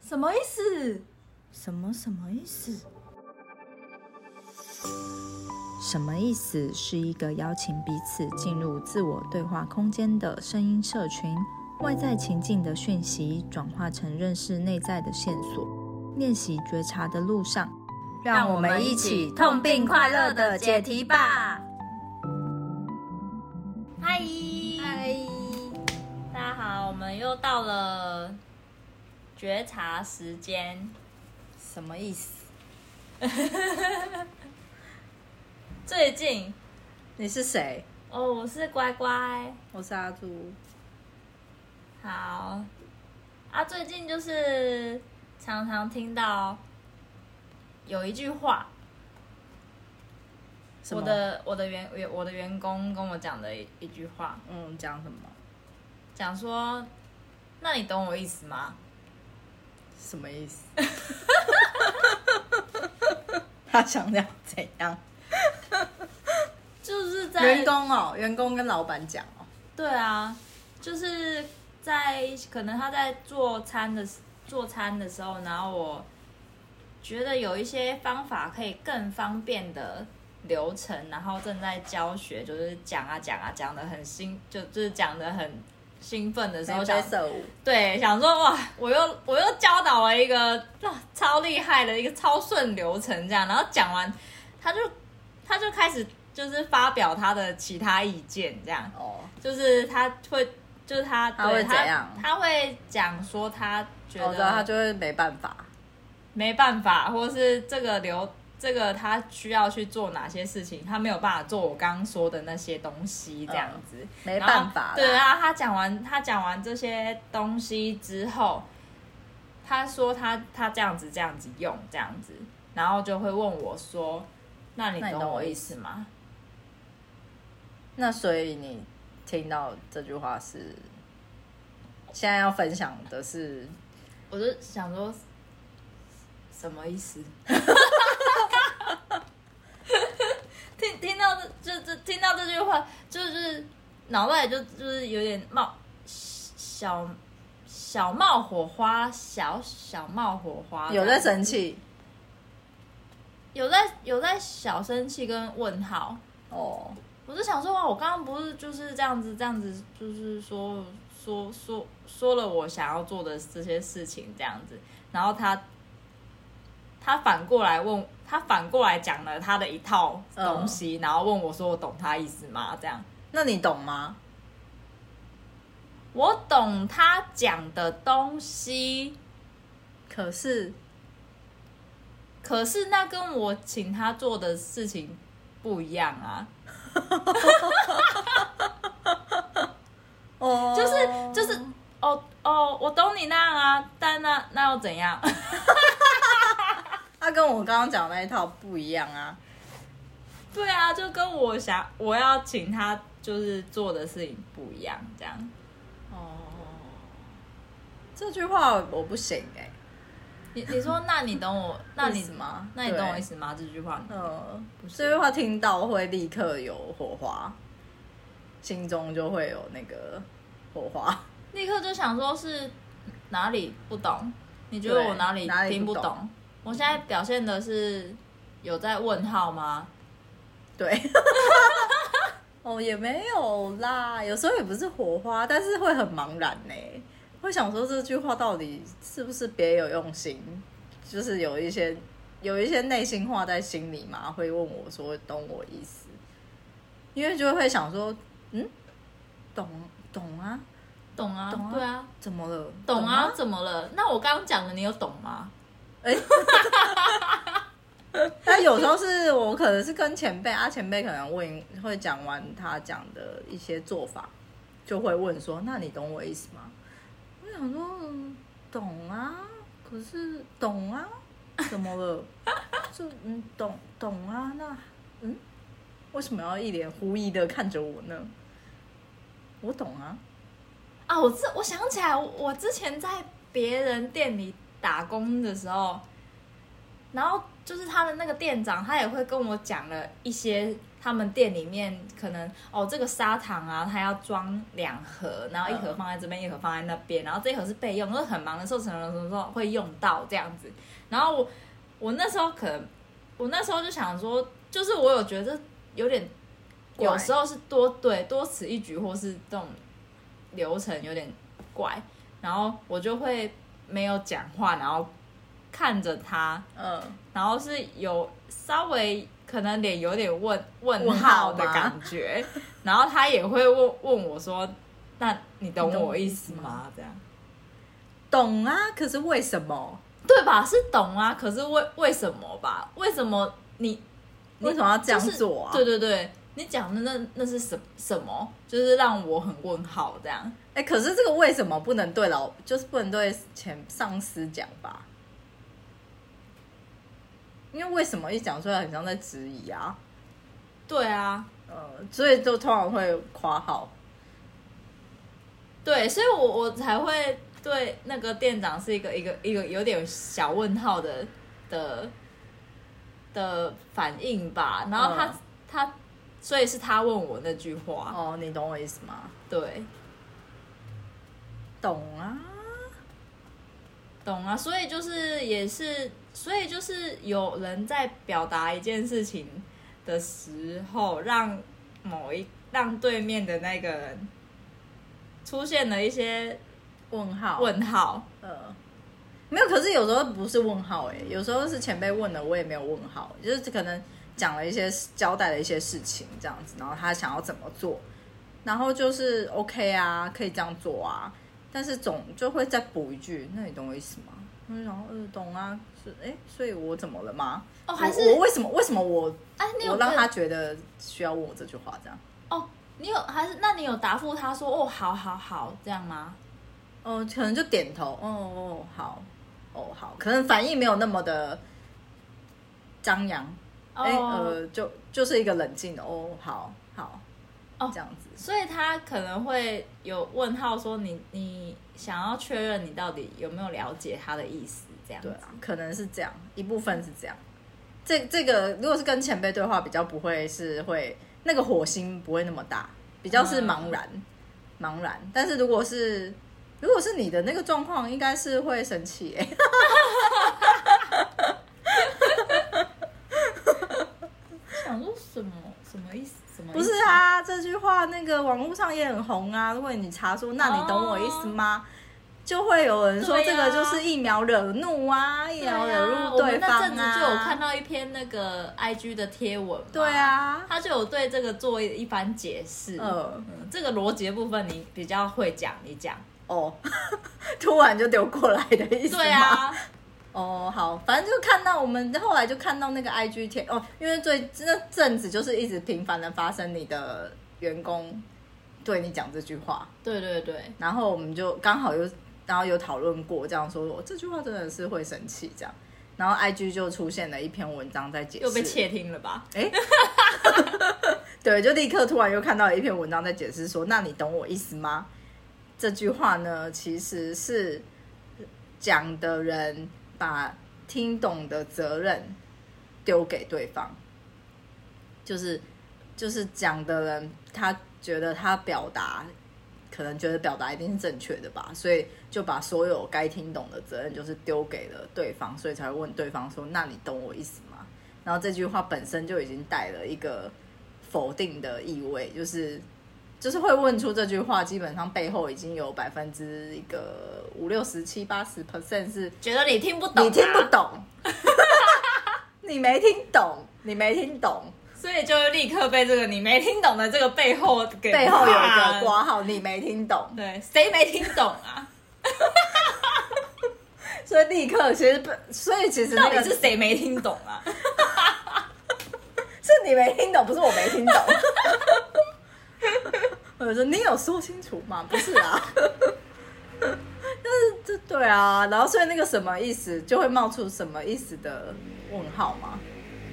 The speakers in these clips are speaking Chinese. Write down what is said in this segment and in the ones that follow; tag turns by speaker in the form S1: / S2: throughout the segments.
S1: 什么意思？
S2: 什么什么意思？什么意思？是一个邀请彼此进入自我对话空间的声音社群，外在情境的讯息转化成认识内在的线索。练习觉察的路上，
S1: 让我们一起痛并快乐地解题吧！
S3: 嗨，
S1: 嗨，
S3: 大家好，我们又到了觉察时间。
S2: 什么意思？
S3: 最近
S2: 你是谁？
S3: 哦，我是乖乖，
S2: 我是阿朱。
S3: 好啊，最近就是常常听到有一句话，
S2: 什
S3: 我
S2: 么
S3: 的我的员员我的员工跟我讲的一一句话，
S2: 嗯，讲什么？
S3: 讲说，那你懂我意思吗？
S2: 什么意思？ 他想要怎样？
S3: 就是在
S2: 员工哦，员工跟老板讲哦，
S3: 对啊，就是在可能他在做餐的时做餐的时候，然后我觉得有一些方法可以更方便的流程，然后正在教学，就是讲啊讲啊讲的很兴，就就是讲的很兴奋的时候，想
S2: 社舞，
S3: 对想说哇，我又我又教导了一个、哇超厉害的一个超顺流程这样，然后讲完他就他就开始就是发表他的其他意见这样。
S2: 哦，
S3: 就是他会，就是他，
S2: 他
S3: 对
S2: 会怎样
S3: 他？他会讲说他觉
S2: 哦我知道他
S3: 得
S2: 就会没办法，
S3: 没办法，或是这个流这个他需要去做哪些事情，他没有办法做我刚刚说的那些东西，这样子。
S2: 嗯没办法啦，
S3: 然后对啊，他讲完他讲完这些东西之后，他说他他这样子这样子用这样子，然后就会问我说：“那你
S2: 那你
S3: 懂
S2: 懂我
S3: 我
S2: 意
S3: 意思吗
S2: 那所以你听到这句话是现在要分享的是？”
S3: 我就想说，什么意思？听听到这这这听到这句话，就是脑袋里就就是有点冒小小冒火花，小小冒火花，
S2: 有在生气
S3: 有在有在小生气跟问号。
S2: 哦，
S3: 我就想说，哇，我刚刚不是就是这样子这样子，就是说说说说了我想要做的这些事情这样子，然后他他反过来问他反过来讲了他的一套东
S2: 嗯
S3: 西，然后问我说我懂他意思吗？这样
S2: 那你懂吗？
S3: 我懂他讲的东西，
S2: 可是
S3: 可是那跟我请他做的事情不一样啊。
S2: 哦，
S3: 就是就是哦哦，我懂你那样啊，但那那又怎样？
S2: 他跟我刚刚讲的那一套不一样啊。
S3: 对啊，就跟我想我要请他就是做的事情不一样，这样
S2: 哦，这句话我不行哎、
S3: 你你说，那你 懂我，那你
S2: 意思吗
S3: 那你懂我
S2: 对
S3: 意思吗？这句话，
S2: 呃，
S3: 不是
S2: 这句话听到会立刻有火花，心中就会有那个火花。
S3: 立刻就想说是哪里不懂？你觉得
S2: 对
S3: 我哪里
S2: 哪里
S3: 听
S2: 不
S3: 不
S2: 懂
S3: 懂？我现在表现的是有在问号吗？
S2: 对， 哦，也没有啦，有时候也不是火花，但是会很茫然呢、会想说这句话到底是不是别有用心，就是有一些有一些内心话在心里嘛，会问我说懂我意思，因为就会想说，嗯，懂懂啊，
S3: 懂啊，
S2: 懂啊
S3: 对啊，
S2: 怎么了？
S3: 懂啊，，怎么了？那我刚刚讲的你有懂吗？
S2: 但有时候是我可能是跟前辈啊，前辈可能问会讲完他讲的一些做法，就会问说：“那你懂我意思吗？”我想说嗯懂啊，可是懂啊，怎么了？就嗯懂懂啊，那嗯，为什么要一脸狐疑的看着我呢？我懂啊，
S3: 啊，我之我想起来，我我之前在别人店里打工的时候，然后就是他的那个店长，他也会跟我讲了一些他们店里面可能哦，这个砂糖啊，它要装两盒，然后一盒放在这边，一盒放在那边，然后这一盒是备用，就是很忙的时候，可能什么时候会用到这样子。然后我我那时候可能我那时候就想说，就是我有觉得有点
S2: 怪
S3: 有时候是多对多此一举，或是这种流程有点怪，然后我就会没有讲话，然后看着他，
S2: 嗯，
S3: 然后是有稍微可能脸有点问问
S2: 问号
S3: 号的
S2: 吗
S3: 感觉，然后他也会问问我说：“那你懂
S2: 你懂我
S3: 我
S2: 意
S3: 意
S2: 思
S3: 思
S2: 吗
S3: 吗？”这样
S2: 懂啊，可是为什么？
S3: 对吧？是懂啊，可是为为什么吧？为什么你你
S2: 为什么要这样
S3: 就是
S2: 做啊？
S3: 对对对，你讲的那那是什什么？就是让我很问号这样。
S2: 哎、可是这个为什么不能对老，就是不能对前上司讲吧？因为为什么一讲出来很像在质疑啊？
S3: 对啊，
S2: 呃，所以就通常会夸号。
S3: 对，所以我我才会对那个店长是一个一个一个有点小问号的的的反应吧。然后他、
S2: 嗯
S3: 他，所以是他问我那句话，
S2: 哦，你懂我意思吗？
S3: 对，
S2: 懂啊，
S3: 懂啊。所以就是也是，所以就是有人在表达一件事情的时候，让某一让对面的那个人出现了一些
S2: 问号，
S3: 问号。
S2: 呃，没有。可是有时候不是问号、欸，哎，有时候是前辈问了，我也没有问号，就是可能讲了一些交代了一些事情这样子，然后他想要怎么做，然后就是 OK 啊，可以这样做啊，但是总就会再补一句，那你懂我意思吗？然后呃懂啊，是哎、所以我怎么了吗？
S3: 哦，还是
S2: 我我为什么为什么我
S3: 哎，你有
S2: 我让
S3: 跟
S2: 他觉得需要问我这句话这样？
S3: 哦，你有还是那你有答复他说哦，好好好这样吗？
S2: 哦、可能就点头，哦哦好，哦好，可能反应没有那么的张扬，
S3: 哦、
S2: 哎、呃，就就是一个冷静的，哦好好，
S3: 哦
S2: 这样子，
S3: 所以他可能会有问号说你你想要确认你到底有没有了解他的意思这样
S2: 对
S3: 子。
S2: 啊，可能是这样，一部分是这样。这这个如果是跟前辈对话，比较不会是会那个火星不会那么大，比较是
S3: 嗯
S2: 茫然、茫然。但是如果是如果是你的那个状况，应该是会生气、欸，
S3: 想说什么什么意思？什么意
S2: 不
S3: 思
S2: 是？啊，这句话那个网络上也很红啊。如果你查说，那你懂我意思吗？就会有人说
S3: 哦对
S2: 这
S3: 啊
S2: 个就是一秒惹怒啊，一
S3: 对啊
S2: 秒惹怒
S3: 我们
S2: 对方
S3: 那阵子就有看
S2: 啊。
S3: 到一篇那个 I G 的贴文，
S2: 对，啊，
S3: 他就有对这个做一番解释。
S2: 呃，
S3: 嗯，这个逻辑的部分你比较会讲，你讲。
S2: 哦，突然就丢过来的 意思吗
S3: 对，啊，
S2: 哦，好，反正就看到我们后来就看到那个 IG 贴哦，因为最那阵子就是一直频繁的发生你的员工对你讲这句话，
S3: 对对对，
S2: 然后我们就刚好又然后有讨论过，这样说我这句话真的是会生气这样，然后 IG 就出现了一篇文章在解释，
S3: 又被窃听了吧？
S2: 对，就立刻突然又看到了一篇文章在解释说，那你懂我意思吗？这句话呢，其实是讲的人把听懂的责任丢给对方，就是就是讲的人他觉得他表达。可能觉得表达一定是正确的吧，所以就把所有该听懂的责任就是丢给了对方，所以才会问对方说：“那你懂我意思吗？”然后这句话本身就已经带了一个否定的意味，就是就是会问出这句话，基本上背后已经有百分之一个五六十七八十 percent 是
S3: 觉得你听不懂、
S2: 你听不，懂， 你没听懂，你没听懂，
S3: 所以就立刻被这个你没听懂的这个背后给
S2: 背后有一个
S3: 瓜，
S2: 挂号，你没听懂，
S3: 对，谁没听懂啊？
S2: 所以立刻其实不，所以其实
S3: 到
S2: 那
S3: 底
S2: 个
S3: 是谁没听懂啊？
S2: 是你没听懂，不是我没听懂。 我就说你有说清楚吗？不是啊，但是这对啊，然后所以那个什么意思就会冒出什么意思的问号嘛？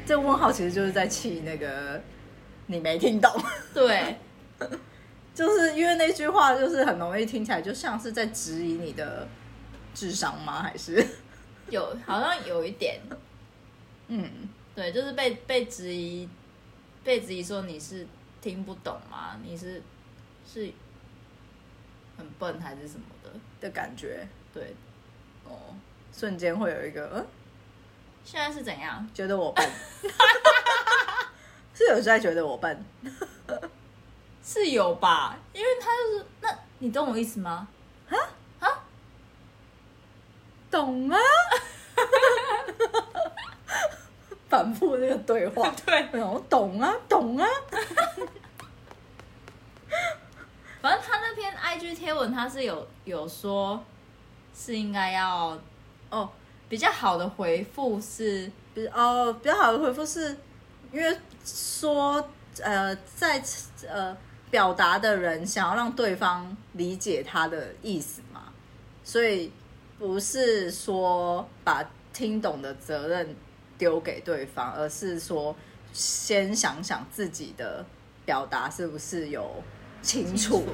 S2: 这个问号其实就是在气那个你没听懂，
S3: 对，
S2: 就是因为那句话就是很容易听起来就像是在质疑你的智商吗？还是
S3: 有好像有一点，
S2: 嗯
S3: 对，就是被被质疑被质疑说你是听不懂吗？你是是很笨还是什么的？
S2: 的感觉，
S3: 对，
S2: 哦，瞬间会有一个嗯，
S3: 现在是怎样？
S2: 觉得我笨， 是有在觉得我笨，
S3: 是有吧？因为他就是那，你懂我意思吗？
S2: 懂啊， 反复这个对话，
S3: 对，
S2: 哎呦我 懂啊，懂啊，
S3: 反正他那篇 IG 贴文，他是有有说，是应该要
S2: 哦，
S3: 比较好的回复是，
S2: 比哦比较好的回复是，因为说呃在呃表达的人想要让对方理解他的意思嘛，所以不是说把听懂的责任丢给对方，而是说先想想自己的表达是不是有清楚，
S3: 清楚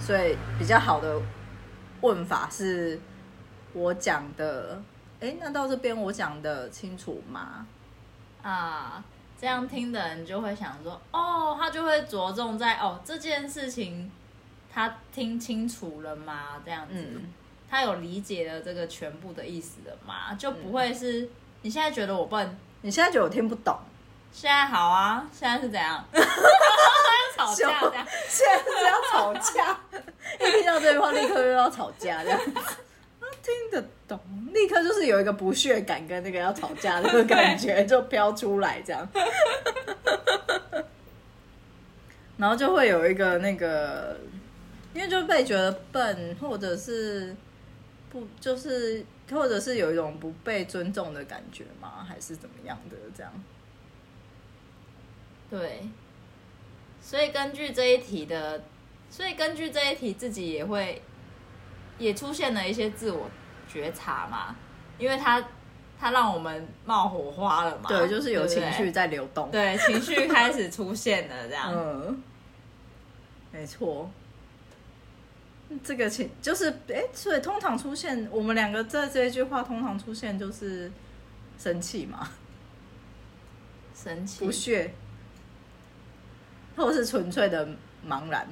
S2: 所以比较好的问法是我讲的。哎，那到这边我讲的清楚吗？
S3: 啊，这样听的人就会想说，哦，他就会着重在哦这件事情，他听清楚了吗？这样子，
S2: 嗯，
S3: 他有理解了这个全部的意思了吗？就不会是、你现在觉得我笨，
S2: 你现在觉得我听不懂，
S3: 现在好啊，现在是怎样？ 吵架这样，
S2: 现在是要吵架， 一听到这句话立刻又要吵架，这样子。啊听得懂，立刻就是有一个不屑感跟那个要吵架的感 觉就飘出来，这样， 然后就会有一个那个，因为就被觉得笨，或者是不就是，或者是有一种不被尊重的感觉吗？还是怎么样的这样？
S3: 对，所以根据这一题的，所以根据这一题自己也会也出现了一些自我觉察嘛，因为他他让我们冒火花了嘛，
S2: 对，就是有
S3: 对不
S2: 情
S3: 对
S2: 绪，在流动。
S3: 对情绪开始出现了这样，
S2: 嗯，没错。这个情就是哎、诶所以通常出现我们两个在这一句话通常出现就是生气嘛，
S3: 神奇
S2: 不，屑，或者是纯粹的茫然。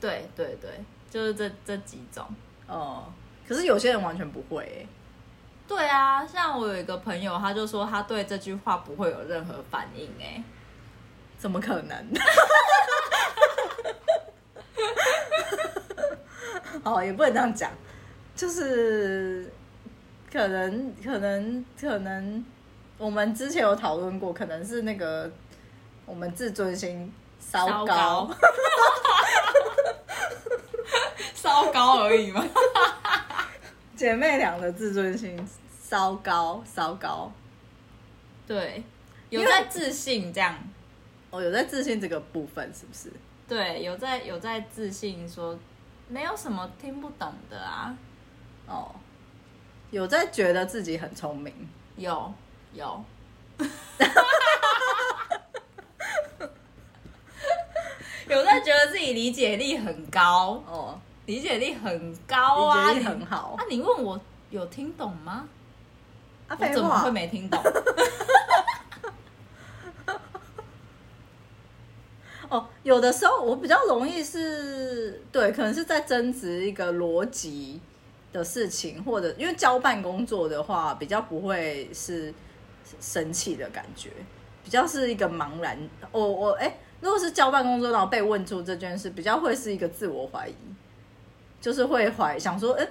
S3: 对对对，就是这这几种。
S2: 哦、可是有些人完全不会、诶
S3: 对啊，像我有一个朋友，他就说他对这句话不会有任何反应、欸，
S2: 怎么可能？ 哦，也不能这样讲，就是可能可能可能，我们之前有讨论过，可能是那个我们自尊心稍高，
S3: 烧高，烧高而已嘛。
S2: 姐妹俩的自尊心稍高稍高。
S3: 对，有在自信这样，
S2: 哦，有在自信这个部分是不是？
S3: 对，有在有在自信说没有什么听不懂的啊，
S2: 哦，有在觉得自己很聪明，
S3: 有有， 有在觉得自己理解力很高，
S2: 哦，
S3: 理解力很高啊，
S2: 理解力
S3: 你
S2: 很好
S3: 啊，你问我有听懂吗？
S2: 啊，
S3: 我
S2: 废
S3: 怎么
S2: 话
S3: 会，没听懂？
S2: 哦，有的时候我比较容易是，对，可能是在争执一个逻辑的事情，或者因为交办工作的话，比较不会是生气的感觉，比较是一个茫然。我我哎、如果是交办工作，然后被问出这件事，比较会是一个自我怀疑，就是会怀想说，哎、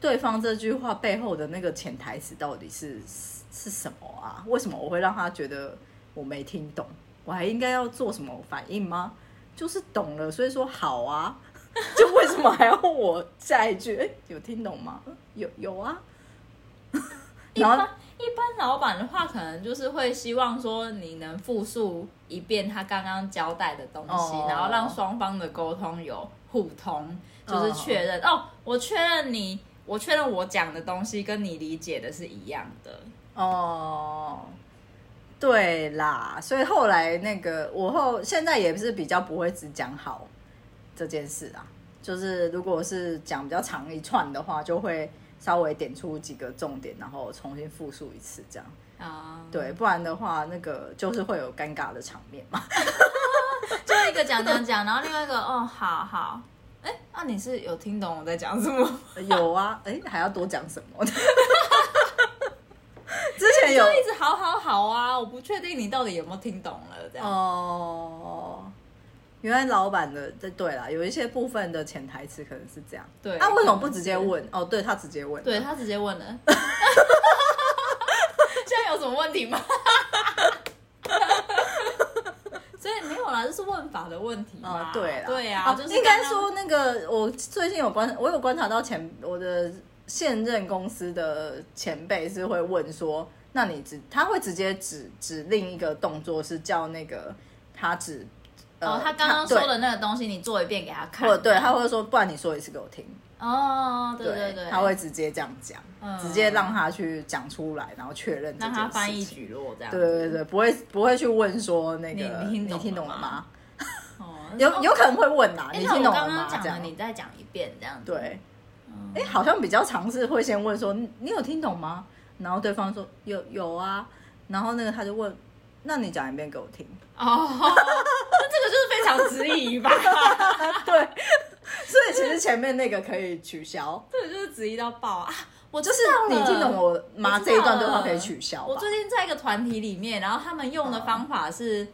S2: 对方这句话背后的那个潜台词到底是是是什么啊？为什么我会让他觉得我没听懂？我还应该要做什么反应吗？就是懂了，所以说好啊。 就为什么还要问我下一句？哎、有听懂吗？嗯有有啊。
S3: 一
S2: 然
S3: 般
S2: 后
S3: 一般老板的话，可能就是会希望说你能复述一遍他刚刚交代的东西，
S2: 哦
S3: 然后让双方的沟通有互通，就是
S2: 哦
S3: 确认哦我确认你，我确认我讲的东西跟你理解的是一样的。
S2: 哦，对啦，所以后来那个我后现在也是比较不会只讲好这件事啊，就是如果是讲比较长一串的话，就会稍微点出几个重点，然后重新复述一次这样。
S3: 啊，
S2: 对，不然的话，那个就是会有尴尬的场面嘛。
S3: 就一个讲讲讲，然后另外一个哦，好好，哎，那、你是有听懂我在讲什么？
S2: 有啊，哎、还要多讲什么？ 之前有
S3: 就一直好好好啊，我不确定你到底有没有听懂了，这样。
S2: 哦，原来老板的对对啦，有一些部分的潜台词可能是这样。
S3: 对
S2: 啊，为什么不
S3: 可能是
S2: 直接问？哦，对他直接问，
S3: 对他直接问了， 现在有什么问题吗？所以没有啦，这是问法的问题嘛
S2: 啊、。对啦，
S3: 对啊，
S2: 啊
S3: 就是
S2: 应该
S3: 刚刚
S2: 说那个，我最近有观，我有观察到前我的现任公司的前辈是会问说，那你指他会直接指指另一个动作是叫那个他指，呃
S3: 哦，他刚刚说
S2: 对
S3: 的那个东西，你做一遍给他看。
S2: 或对，他会说，不然你说一次给我听。
S3: 哦，对对对，
S2: 他会直接这样讲，
S3: 嗯
S2: 直接让他去讲出来，然后确认这
S3: 让
S2: 件
S3: 他
S2: 事
S3: 翻译
S2: 情。
S3: 举落这样。
S2: 对对对，不会不会去问说那个
S3: 你你听懂了吗
S2: 懂了吗？
S3: 哦，
S2: 有
S3: 那
S2: 有可能会问呐，
S3: 哎
S2: 你
S3: 那
S2: 听
S3: 我
S2: 懂
S3: 刚
S2: 了
S3: 刚
S2: 吗？
S3: 讲
S2: 这
S3: 的，
S2: 样
S3: 你再讲一遍这样子。
S2: 对，
S3: 嗯，
S2: 哎，好像比较尝试会先问说你你有听懂吗？然后对方说有有啊，然后那个他就问，那你讲一遍给我听。
S3: 哦，那这个就是非常质 疑吧？
S2: 对，所以其实前面那个可以取消，
S3: 这个就是质疑到爆啊！我
S2: 就是
S3: 知道
S2: 你
S3: 了
S2: 听懂我吗？
S3: 知
S2: 这一段
S3: 道
S2: 对话可以
S3: 了
S2: 取消
S3: 我
S2: 吧？
S3: 最近在一个团体里面，然后他们用的方法是，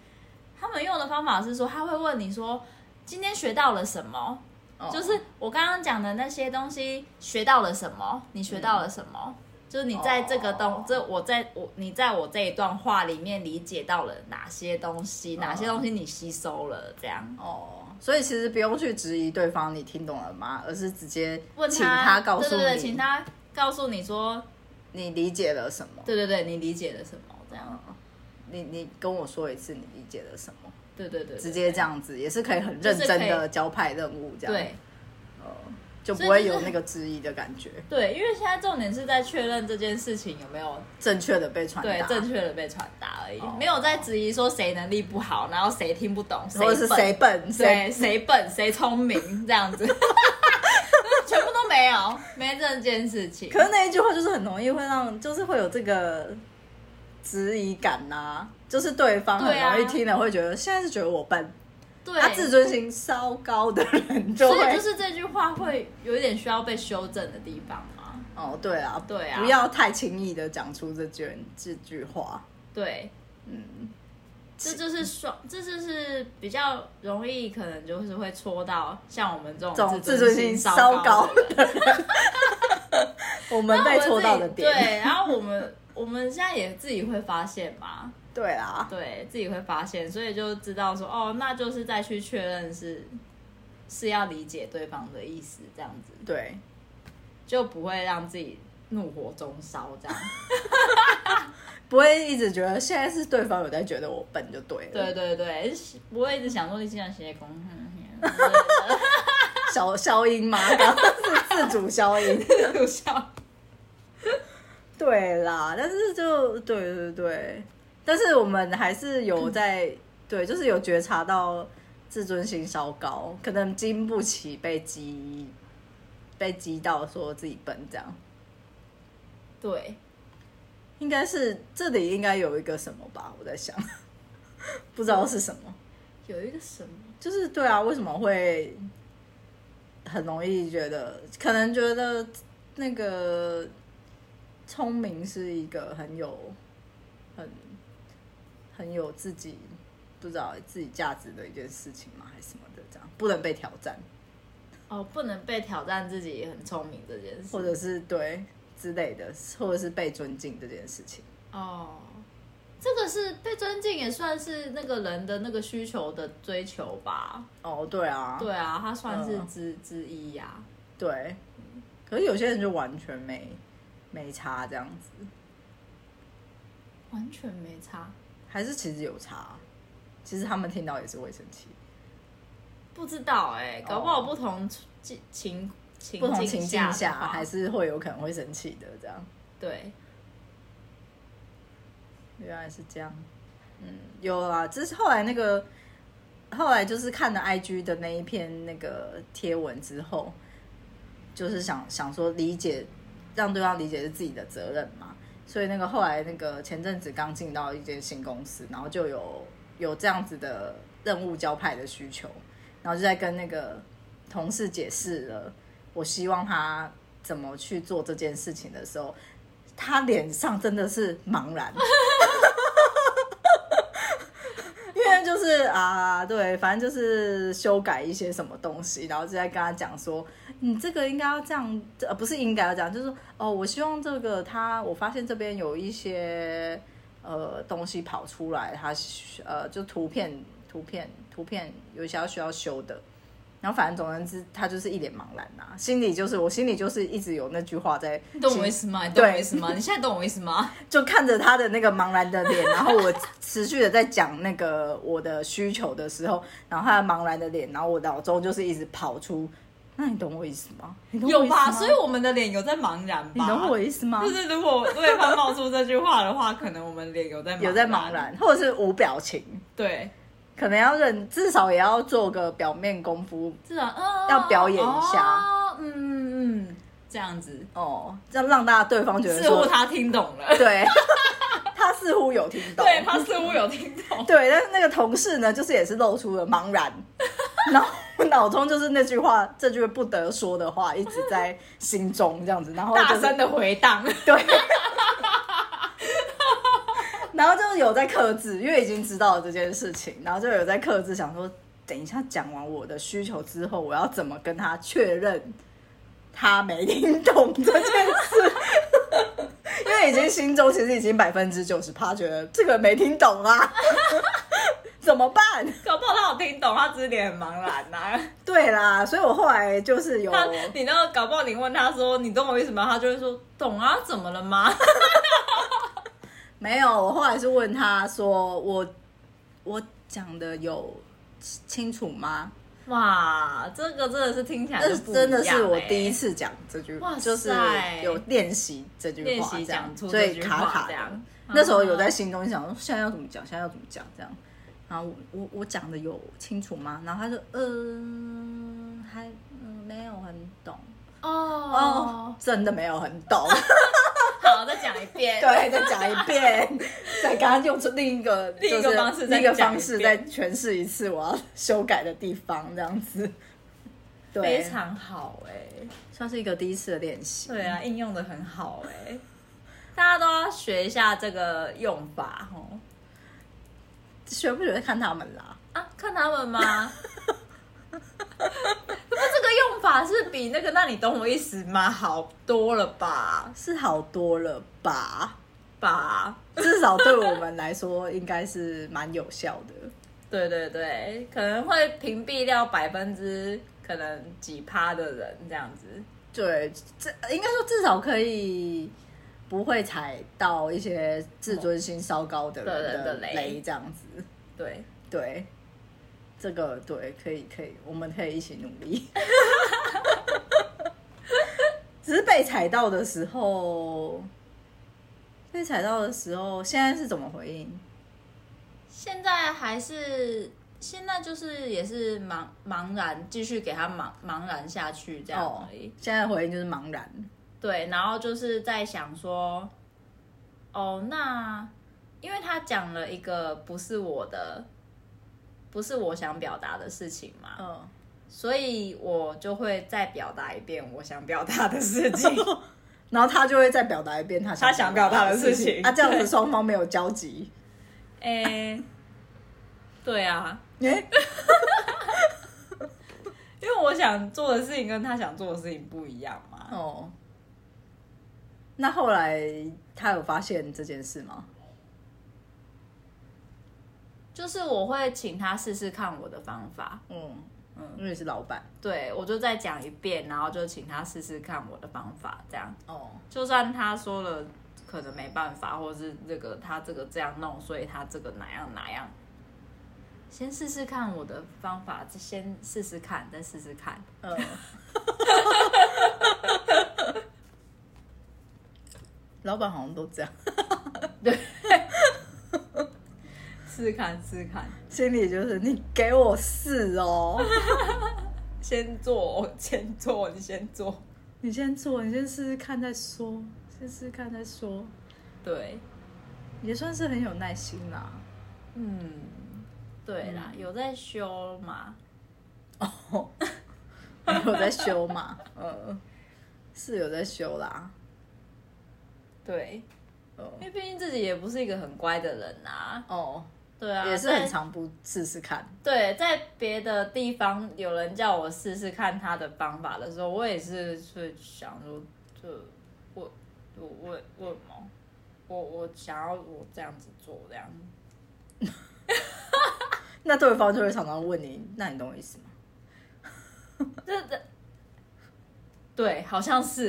S3: 他们用的方法是说，他会问你说今天学到了什么，
S2: 哦
S3: 就是我刚刚讲的那些东西学到了什么，你学到了什么。就是你在这个东
S2: 嗯哦
S3: 这我在我你在我这一段话里面理解到了哪些东西，哪些东西你吸收了，这样
S2: 哦，所以其实不用去质疑对方你听懂了吗，而是直接
S3: 问
S2: 请他告诉你
S3: 对对对，请他告诉你说，
S2: 你理解了什么。
S3: 对对对，你理解了什么，这样，
S2: 哦你你跟我说一次你理解了什么，
S3: 对对对，对
S2: 直接这样子也是可以很认真的交派任务，这样
S3: 对。
S2: 就不会有那个质疑的感觉，
S3: 对，因为现在重点是在确认这件事情有没有
S2: 正确的被传
S3: 对
S2: 达，
S3: 正确的被传达而已，
S2: 哦
S3: 没有在质疑说谁能力不好，然后谁听不懂，
S2: 或者是谁
S3: 笨，
S2: 笨
S3: 谁谁笨，谁聪明这 样子，全部都没有，没这件事情。
S2: 可是那一句话就是很容易会让，就是会有这个质疑感呐、就是对方很
S3: 对啊
S2: 容易听了会觉得现在是觉得我笨，
S3: 对，
S2: 他自尊心稍高的人就
S3: 所
S2: 会
S3: 以就是这句话会有一点需要被修正的地方嘛。
S2: 哦，对啊，
S3: 对啊
S2: 不要太轻易的讲出这句这句话。
S3: 对，
S2: 嗯，
S3: 这就是双，这就是比较容易，可能就是会戳到像我们这
S2: 这
S3: 种
S2: 种
S3: 自
S2: 自尊
S3: 尊心
S2: 心
S3: 稍
S2: 稍
S3: 高
S2: 高
S3: 的人。
S2: 我们被戳到的点，
S3: 对，然后我们我们现在也自己会发现嘛，
S2: 对啊啦，
S3: 对自己会发现，所以就知道说哦，那就是再去确认是是要理解对方的意思，这样子
S2: 对，
S3: 就不会让自己怒火中烧这样。
S2: 不会一直觉得现在是对方有在觉得我笨就对了。
S3: 对，对对，不会一直想说你经常写功。嗯
S2: 消消音 嘛，刚刚是自主消音。
S3: 嗯有效。
S2: 对啦，但是就对对对，但是我们还是有在、对，就是有觉察到自尊心稍高，可能经不起被激被激到说自己笨这样，
S3: 对，
S2: 应该是这里应该有一个什么吧，我在想， 不知道是什么，
S3: 有一个什么？
S2: 就是对啊，为什么会很容易觉得，可能觉得那个聪明是一个很有很很有自己不知道自己价值的一件事情吗，还是什么的，这样不能被挑战，
S3: 哦，不能被挑战自己很聪明这件事，
S2: 或者是对之类的，或者是被尊敬这件事情。
S3: 哦，这个是被尊敬，也算是那个人的那个需求的追求吧。
S2: 哦，对啊，
S3: 对啊，它算是
S2: 嗯
S3: 之、之一啊呀、
S2: 对，可是有些人就完全没没差这样子，
S3: 完全没差。
S2: 还是其实有差，其实他们听到也是会生气。
S3: 不知道哎、搞不好不同情情情
S2: 哦不同情境
S3: 下
S2: 下
S3: 的话
S2: 还是会有可能会生气的，这样
S3: 对
S2: 原来是这样。嗯，有啊，这是后来那个，后来就是看了 IG 的那一篇那个贴文之后，就是想想说理解让对方理解是自己的责任嘛。所以那个后来那个前阵子刚进到一间新公司，然后就有有这样子的任务交派的需求，然后就在跟那个同事解释了，我希望他怎么去做这件事情的时候，他脸上真的是茫然。 因为就是啊，对，反正就是修改一些什么东西，然后就在跟他讲说，你这个应该要这样，呃，不是应该要这样，就是说哦，我希望这个他，我发现这边有一些呃东西跑出来，他呃就图片图片图片有一些要需要修的，然后反正总而言之，他就是一脸茫然呐、心里就是我心里就是一直有那句话在
S3: 你懂我意思吗？你懂我
S2: 对
S3: 意思吗？你现在懂我意思吗？
S2: 就看着他的那个茫然的脸，然后我持续的在讲那个我的需求的时候，然后他的茫然的脸，然后我脑中就是一直跑出，那你懂我意思吗？ 你懂我
S3: 有
S2: 意思吗
S3: 吧？所以我们的脸有在茫然
S2: 你
S3: 吧？
S2: 懂我意思吗
S3: 就？是如果对方冒出这句话的话，可能我们脸有在
S2: 有在茫然，或者是无表情，
S3: 对，
S2: 可能要认，至少也要做个表面功夫
S3: 至少嗯
S2: 要表演一下
S3: 哦嗯嗯嗯，这样子，
S2: 哦，这样让大家对方觉得
S3: 似乎
S2: 说，
S3: 他听懂了，
S2: 对， 他似乎有听懂，
S3: 对他似乎有听懂，
S2: 对，但是那个同事呢，就是也是露出了茫 然，然后脑中就是那句话，这句不得说的话一直在心中这样子，然后、哦就
S3: 大
S2: 是、
S3: 声的回 荡，
S2: 对，然后就有在克制，因为已经知道了这件事情，然后就有在克制，想说等一下讲完我的需求之后，我要怎么跟他确认他没听懂这件事。因为已经心中其实已经百分之九十趴觉得这个没听懂啊，怎么办？
S3: 搞不好他有听懂，他只是脸很茫然呐、啊。
S2: 对啦，所以我后来就是有
S3: 他，你那个搞不好你问他说你懂我意思吗？他就会说懂啊，怎么了吗？
S2: 没有，我后来是问他说我我讲的有清楚吗？
S3: 哇，这个真的是听起来
S2: 这
S3: 就不一样
S2: 真的是我
S3: 欸
S2: 第一次讲这句，
S3: 哇塞
S2: 就是有练习这句
S3: 练
S2: 话
S3: 习
S2: 这样
S3: 讲，出
S2: 所
S3: 这
S2: 以
S3: 句
S2: 卡
S3: 话
S2: 卡
S3: 这
S2: 的
S3: 样。。嗯啊
S2: 那时候有在心中想说，现在要怎么讲，现在要怎么讲这样。然后我我我讲的有清楚吗？然后他就嗯、呃还嗯、没有很懂哦
S3: 哦，，
S2: 真的没有很懂。
S3: 好，再讲一遍。
S2: 对，再讲一遍， 再刚刚用出另一个
S3: 另一个
S2: 就是
S3: 方式再
S2: 另一个
S3: 讲
S2: 方
S3: 一
S2: 式再
S3: 遍
S2: 诠释一次我要修改的地方，这样子。 对，
S3: 非常好哎、
S2: 算是一个第一次的练习。
S3: 对啊，应用的很好哎、大家都要学一下这个用法哦。
S2: 学不学看他们啦。
S3: 啊，看他们吗？不过这个用法是比那个，那你懂我意思吗？好多了吧？
S2: 是好多了吧？
S3: 吧，
S2: 至少对我们来说，应该是蛮有效的。
S3: 对对对，可能会屏蔽掉百分之可能几趴的人这样子。
S2: 对，这应该说至少可以不会踩到一些自尊心稍高哦的
S3: 对
S2: 人
S3: 人
S2: 的
S3: 的雷
S2: 雷，这样子。
S3: 对，
S2: 对，这个对，可以可以，我们可以一起努力。 只是被踩到的时候，被踩到的时候，现在是怎么回应？
S3: 现在还是现在就是也是茫茫然，继续给他茫茫然下去这样
S2: 哦
S3: 而已。，
S2: 现在回应就是茫然。
S3: 对，然后就是在想说，哦，那因为他讲了一个不是我的，不是我想表达的事情嘛，
S2: 嗯，
S3: 所以我就会再表达一遍我想表达的事 情。
S2: 然后他就会再表达一遍他
S3: 他想表达的事情
S2: 啊，这样子
S3: 对
S2: 双方没有交集。
S3: 诶、对啊，
S2: 哎、
S3: 因为我想做的事情跟他想做的事情不一样嘛。
S2: 哦，那后来他有发现这件事吗？
S3: 就是我会请他试试看我的方法，
S2: 嗯嗯
S3: 嗯，
S2: 因为是老板。
S3: 对我就再讲一遍，然后就请他试试看我的方法，这样
S2: 哦，
S3: 就算他说了可能没办法，或是这个他这个这样弄，所以他这个哪样哪样，先试试看我的方法，先试试看，再试试看。
S2: 嗯， 老板好像都这样，
S3: 试试看，试试看，
S2: 心里就是你给我试哦，
S3: 先做，先做，你先做。
S2: 你先做，你先试试看再说，先试试看再说，
S3: 对，
S2: 也算是很有耐心 啦。
S3: 嗯，对啦，有在
S2: 嗯
S3: 修嘛？
S2: 有在修嘛？嗯，是有在修啦。
S3: 对，
S2: 嗯
S3: 因为毕竟自己也不是一个很乖的人啊。
S2: 哦，
S3: 对啊，
S2: 也是很
S3: 在
S2: 常不试试看。
S3: 对，在别的地方有人叫我试试看他的方法的时候，我也是是想说，就我我我我什么我我想要我这样子做这样，
S2: 那对方就会常常问你，那你懂我意思吗？
S3: 这这对，好像是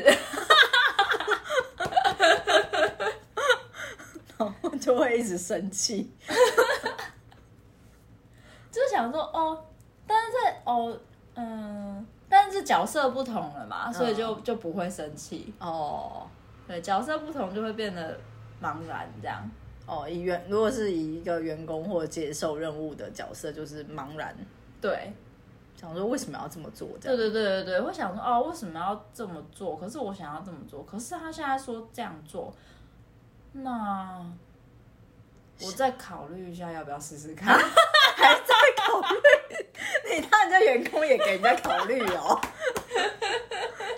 S2: 然后 就会一直生气。
S3: 就是想说哦，但是哦嗯，但是角色不同了嘛，所以就就不会生气。
S2: 哦
S3: 对，角色不同就会变得茫然这样。
S2: 哦，以员如果是以一个员工或接受任务的角色，就是茫然，
S3: 对，
S2: 想说为什么要这么做这
S3: 对
S2: 样。
S3: 对对对对，会想说哦，为什么要这么做？可是我想要这么做，可是他现在说这样做，那我再考虑一下要不要试试看。
S2: 啊还在考虑，你当人家员工也给人家考虑哦，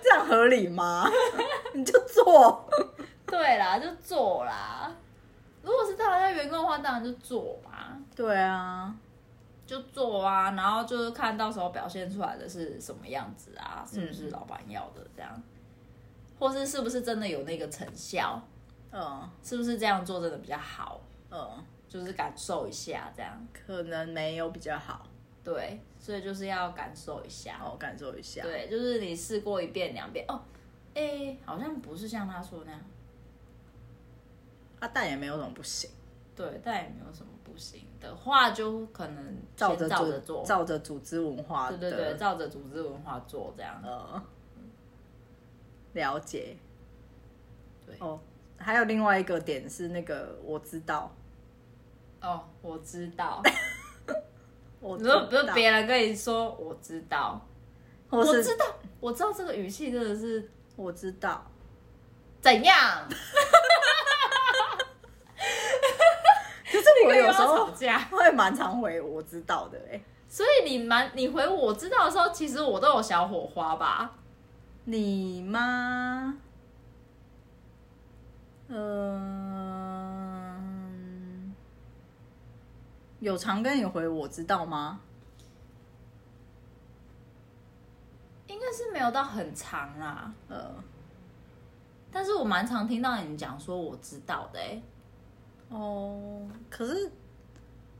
S2: 这样合理吗？ 你就做，
S3: 对啦，就做啦。如果是他人家员工的话，当然就做嘛，
S2: 对啊，
S3: 就做啊。然后就是看到时候表现出来的是什么样子啊，是不是
S2: 嗯
S3: 老板要的这样，或是是不是真的有那个成效，
S2: 嗯
S3: 是不是这样做真的比较好，
S2: 嗯，
S3: 就是感受一下这样。
S2: 可能没有比较好，
S3: 对，所以就是要感受一下。
S2: 好感受一下。
S3: 对，就是你试过一遍、两遍，哦，哎、好像不是像他说那样。
S2: 啊，但也没有什么不行，
S3: 对，但也没有什么不行的话，就可能
S2: 照
S3: 先
S2: 着
S3: 照
S2: 组
S3: 着做，
S2: 照着组织文化
S3: 对
S2: 的
S3: 对对，照着组织文化做这样。
S2: 呃了解。
S3: 对
S2: 哦，还有另外一个点是那个我知道，
S3: 哦，我知 道，
S2: 我
S3: 你
S2: 知
S3: 说不是
S2: 道，
S3: 别人跟你说我知道，
S2: 或
S3: 我
S2: 是
S3: 知道，我知道这个语气真的是
S2: 我知道，
S3: 怎样？
S2: 可是
S3: 你
S2: 我
S3: 跟
S2: 有时
S3: 我
S2: 候
S3: 吵架，
S2: 会蛮常回我知道的哎、
S3: 所以你蛮你回我知道的时候，其实我都有小火花吧？
S2: 你吗？嗯、有常跟你回我知道吗？
S3: 应该是没有到很长啊啦，
S2: 呃，
S3: 但是我蛮常听到你讲说我知道的、欸，
S2: 哦，可是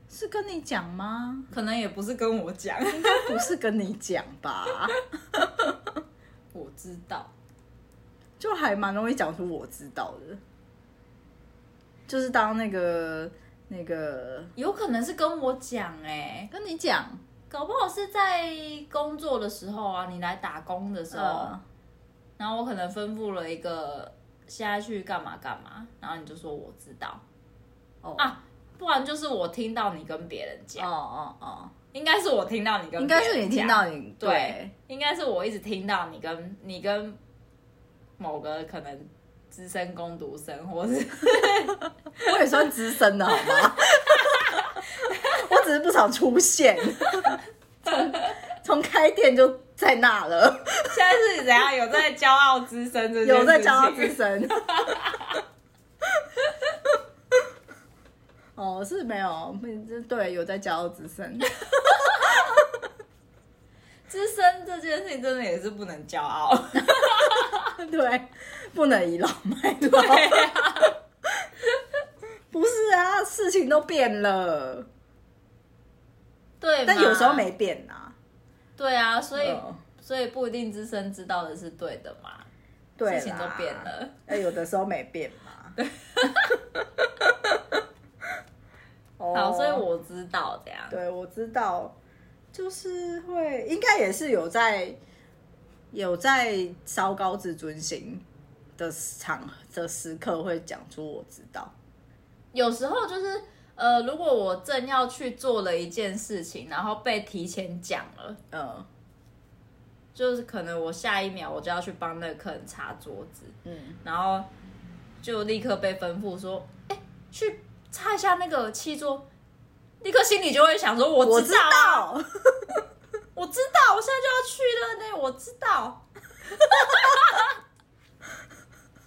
S2: 是跟你讲吗？
S3: 可能也不是跟我 讲，
S2: 应该不是跟你讲吧，
S3: 我知道，
S2: 就还蛮容易讲出我知道的，就是当那个那个
S3: 有可能是跟我讲哎、
S2: 跟你讲，
S3: 搞不好是在工作的时候啊，你来打工的时候，
S2: 呃，
S3: 然后我可能吩咐了一个现在去干嘛干嘛，然后你就说我知道，
S2: 哦
S3: 啊不然就是我听到你跟别人
S2: 哦
S3: 讲，
S2: 哦哦，
S3: 应该是我听到你跟
S2: 应
S3: 别人
S2: 该是你
S3: 讲
S2: 听到你
S3: 对，应该是我一直听到你跟你跟某个可能资深攻读生，或是
S2: 对我也算资深的好吗？ 我只是不常出现，从从开店就在那了，
S3: 现在是怎样有在骄傲资深这件事情
S2: 有在骄傲 资深。 哦，是没有，对，有在骄傲之声。
S3: 资深这件事情真的也是不能骄傲，
S2: 对，不能倚老卖老。
S3: 啊
S2: 不是啊，事情都变了，
S3: 对嘛，
S2: 但有时候没变啊。
S3: 对啊，所以、
S2: 嗯
S3: 所以不一定资深知道的是对的嘛，
S2: 对啦
S3: 事情都变了，
S2: 哎，有的时候没变嘛。哦
S3: 好，所以我知道这样，
S2: 对我知道，就是会应该也是有在有在稍高自尊心的场的时刻会讲出我知道。
S3: 有时候就是。呃，如果我正要
S2: 呃
S3: 去做了一件事情，然后被提前讲了，
S2: 嗯，
S3: 就是可能我下一秒我就要去帮那个客人擦桌子，
S2: 嗯，
S3: 然后就立刻被吩咐说，哎、去擦一下那个气桌，立刻心里就会想说，我
S2: 我
S3: 知
S2: 知
S3: 道啊、
S2: 道，
S3: 我知道，我现在就要去了呢，我知道。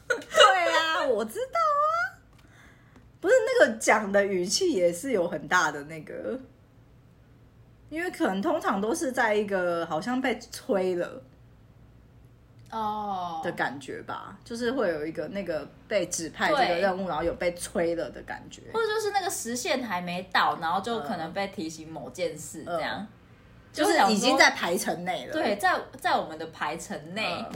S2: 对啊，我知道啊。不是那个讲的语气也是有很大的那个，因为可能通常都是在一个好像被催了
S3: 哦
S2: 的感觉吧，就是会有一个那个被指派这个
S3: 对
S2: 任务，然后有被催了的感觉。
S3: 或者就是那个时限还没到，然后就可能被提醒某件事这样，
S2: 就
S3: 就是想说
S2: 已经在排程内了。
S3: 对，在在我们的排程内，
S2: 嗯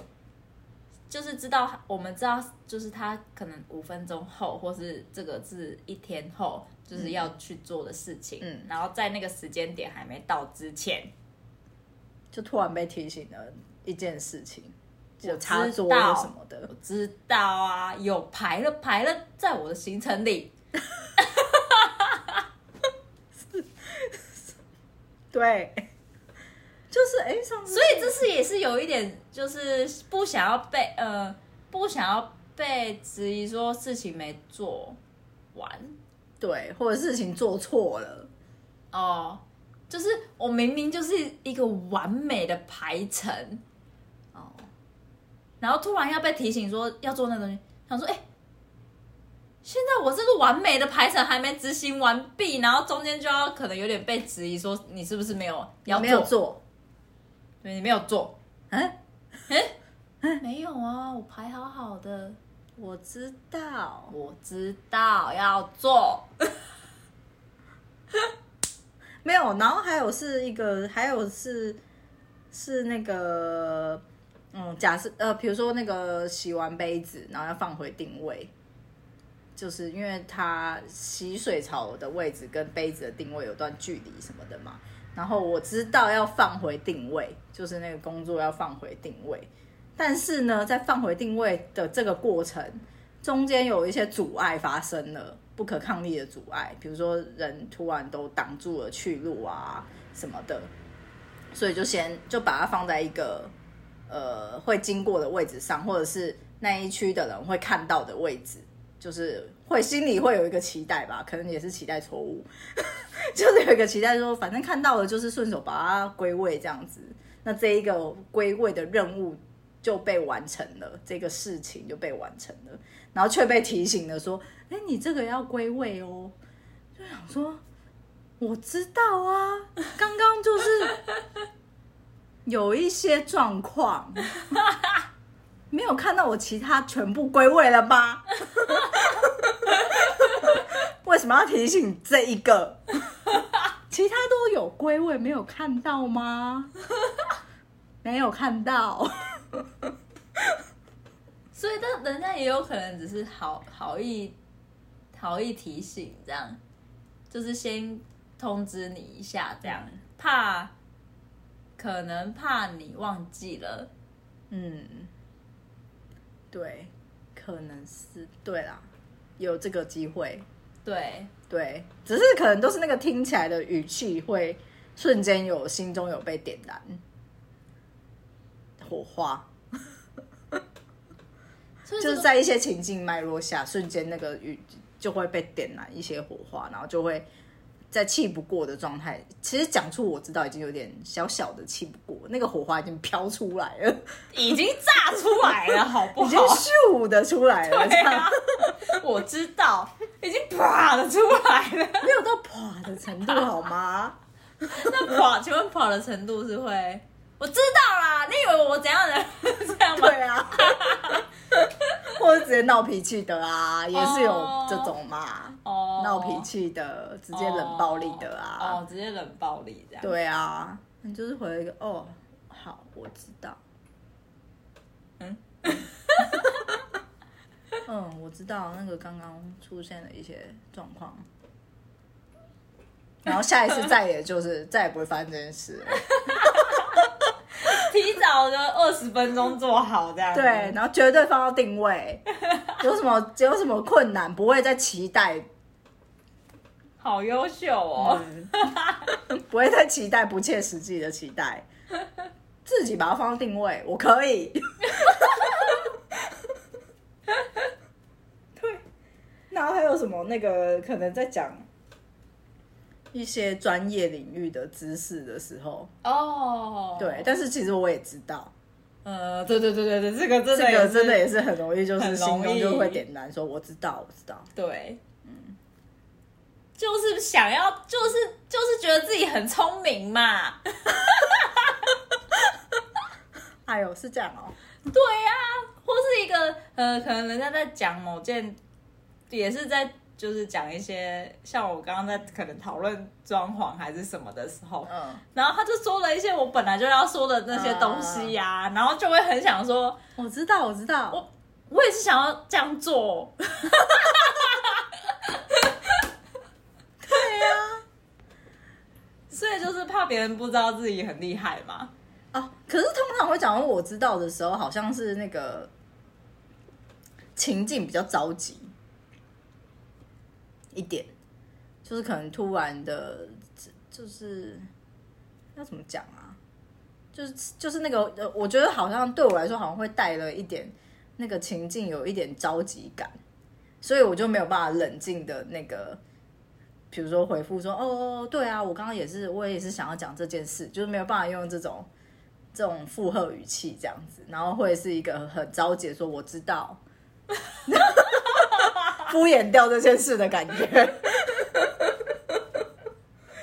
S3: 就是知道我们知道，就是他可能五分钟后，或是这个是一天后，就是要去做的事情，
S2: 嗯
S3: 然后在那个时间点还没到之前，
S2: 就突然被提醒了一件事情，就
S3: 我
S2: 插
S3: 知
S2: 桌
S3: 道
S2: 什么的
S3: 我。知道啊，有排了排了，在我的行程里，
S2: 对， 就是哎、上次
S3: 所以这是也是有一点，就是不想要被呃，不想要被质疑说事情没做完
S2: 对，或者事情做错了，
S3: 哦，就是我明明就是一个完美的排程哦，然后突然要被提醒说要做那东西，想说哎。现在我这个完美的排程还没执行完毕，然后中间就要可能有点被质疑说你是不是没有要
S2: 没有
S3: 做，
S2: 做，
S3: 对你没有做，
S2: 嗯、
S3: 没有啊，我排好好的，
S2: 我知道，
S3: 我知道要做，
S2: 没有。然后还有是一个，还有是是那个，嗯，假设呃，比如说那个洗完杯子，然后要放回定位，就是因为它洗水槽的位置跟杯子的定位有段距离什么的嘛。然后我知道要放回定位，就是那个工作要放回定位，但是呢，在放回定位的这个过程中间有一些阻碍发生了，不可抗力的阻碍，比如说人突然都挡住了去路啊什么的，所以就先就把它放在一个呃会经过的位置上，或者是那一区的人会看到的位置，就是会心里会有一个期待吧，可能也是期待错误， 就是有一个期待说，反正看到了就是顺手把它归位这样子，那这一个归位的任务就被完成了，这个事情就被完成了，然后却被提醒了说，哎、你这个要归位哦，就想说。我知道啊，刚刚就是有一些状况，没有看到我其他全部归位了吧？为什么要提醒这一个？其他都有归位，没有看到吗？没有看到，
S3: 所以但人家也有可能只是好好意好意提醒，这样就是先通知你一下，这样怕可能怕你忘记了，
S2: 嗯，对，可能是对啦，有这个机会，
S3: 对，
S2: 对，只是可能都是那个听起来的语气会瞬间有心中有被点燃火花，
S3: 所以
S2: 就
S3: 这
S2: 是
S3: 个
S2: 在一些情境脉络下，瞬间那个语就会被点燃一些火花，然后就会在气不过的状态。其实讲出我知道已经有点小小的气不过，那个火花已经飘出来了，
S3: 已经炸出来了，好不
S2: 已经
S3: 好？
S2: 咻的出来了，这
S3: 对
S2: 样
S3: 啊，我知道，已经啪的出来了。
S2: 没有到啪的程度好吗？
S3: 那跑，请问跑的程度是会？我知道啦，你以为我怎样的 这样吗？
S2: 对啊，或者直接闹脾气的啊，也是有这种嘛。
S3: 哦，
S2: 闹脾气的，直接冷暴力的
S3: 哦，
S2: 啊，
S3: 哦直接冷暴力这样。
S2: 对啊，你就是回一个哦，好，我知道，
S3: 嗯，
S2: 嗯，我知道那个刚刚出现了一些状况，然后下一次再也就是再也不会发生这件事了，
S3: 提早的二十分钟做好这样。
S2: 对，，然后绝对放到定位，有什么 有什么困难不会再期待，
S3: 好优
S2: 嗯
S3: 秀哦。
S2: 不会再期待不切实际的期待，自己把它放定位，我可以。 对，然后还有什么那个可能在讲一些专业领域的知识的时候，
S3: 哦，
S2: 嗯对，，但是其实我也知道，
S3: 呃，对对对对对，这个
S2: 这
S3: 真的
S2: 个
S3: 也是
S2: 真的也是很容易，就是
S3: 很
S2: 心
S3: 容
S2: 中
S3: 易
S2: 就会点燃，说我知道，我知道。
S3: 对，嗯，就是想要，就是就是觉得自己很聪明嘛，
S2: 哎呦，是这样哦、
S3: 对呀、或是一个呃，可能人家在讲某件，也是在就是讲一些像我刚刚在可能讨论装潢还是什么的时候，
S2: 嗯，
S3: 然后他就说了一些我本来就要说的那些东西
S2: 啊
S3: 呀、然后就会很想说，
S2: 我知道，我知道。
S3: 我我也是想要这样做，
S2: 对啊呀、
S3: 所以就是怕别人不知道自己很厉害嘛。
S2: 哦，可是通常会讲我知道的时候，好像是那个情境比较着急一点，就是可能突然的，就是要怎么讲啊？就是就是那个呃，我觉得好像对我来说，好像会带了一点那个情境，有一点着急感，所以我就没有办法冷静的那个。比如说回复说哦哦哦对啊，我刚刚也是我也是想要讲这件事，就是没有办法用这种这种附和语气这样子，然后会是一个很着急的说我知道， 敷衍掉这件事的感觉，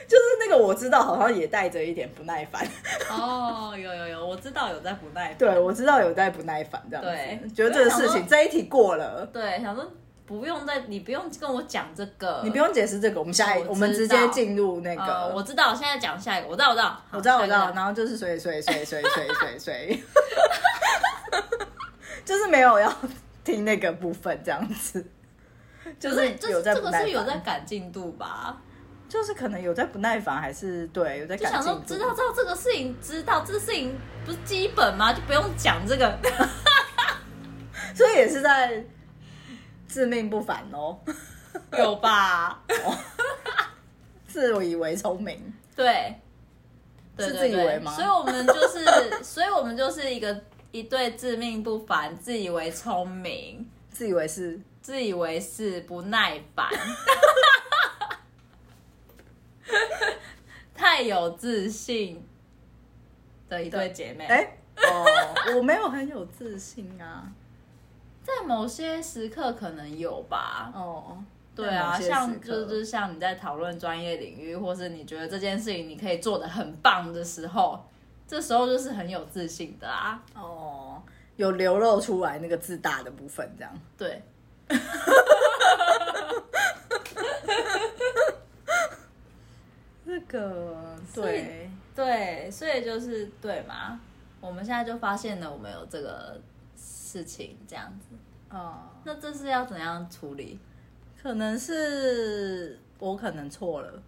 S2: 就是那个我知道好像也带着一点不耐烦，
S3: 哦，有有有，我知道有在不耐烦。
S2: 对我知道有带不耐烦这样
S3: 对
S2: 子，觉得这个事
S3: 我想
S2: 情
S3: 说
S2: 这一题过了。
S3: 对，想说不用再，你不用跟我讲这个，
S2: 你不用解释这个，我们下一
S3: 哦我知道
S2: 我们直接进入那个，
S3: 呃，我知道，现在讲下一个，我知道，我知道，好
S2: 我知道，我知
S3: 下
S2: 道
S3: 一，个
S2: 然后就是水水水水水水水， 就是没有要听那个部分这样子，就
S3: 可是
S2: 有
S3: 这
S2: 在
S3: 这
S2: 不
S3: 个
S2: 耐
S3: 是有在
S2: 烦，
S3: 赶进度吧？
S2: 就是可能有在不耐烦，还是对有在
S3: 就想
S2: 感
S3: 说
S2: 情
S3: 知道知道这个事情，知道这事情不是基本吗？就不用讲这 个，
S2: 所以也是在自命不凡哦，
S3: 有吧？
S2: 自以为聪明，
S3: 对，对
S2: 是
S3: 对
S2: 自以
S3: 对
S2: 为吗
S3: 所以我们就是，所以我们就是一个一对自命不凡、自以为聪明、
S2: 自以为是，
S3: 自以为是、不耐烦， 太有自信的一对姐妹。
S2: 哎、哦，我没有很有自信啊，
S3: 在某些时刻可能有吧。
S2: 哦，
S3: 对啊，
S2: 在某些时
S3: 像
S2: 刻
S3: 就是像你在讨论专业领域，或是你觉得这件事情你可以做的很棒的时候，这时候就是很有自信的啊。
S2: 哦，有流露出来那个自大的部分这样。
S3: 对，
S2: 那个
S3: 所以
S2: 对，
S3: 对，所以就是对嘛，我们现在就发现了我们有这个事情这样子，
S2: 哦，
S3: 那这是要怎样处理？
S2: 可能是我可能错了。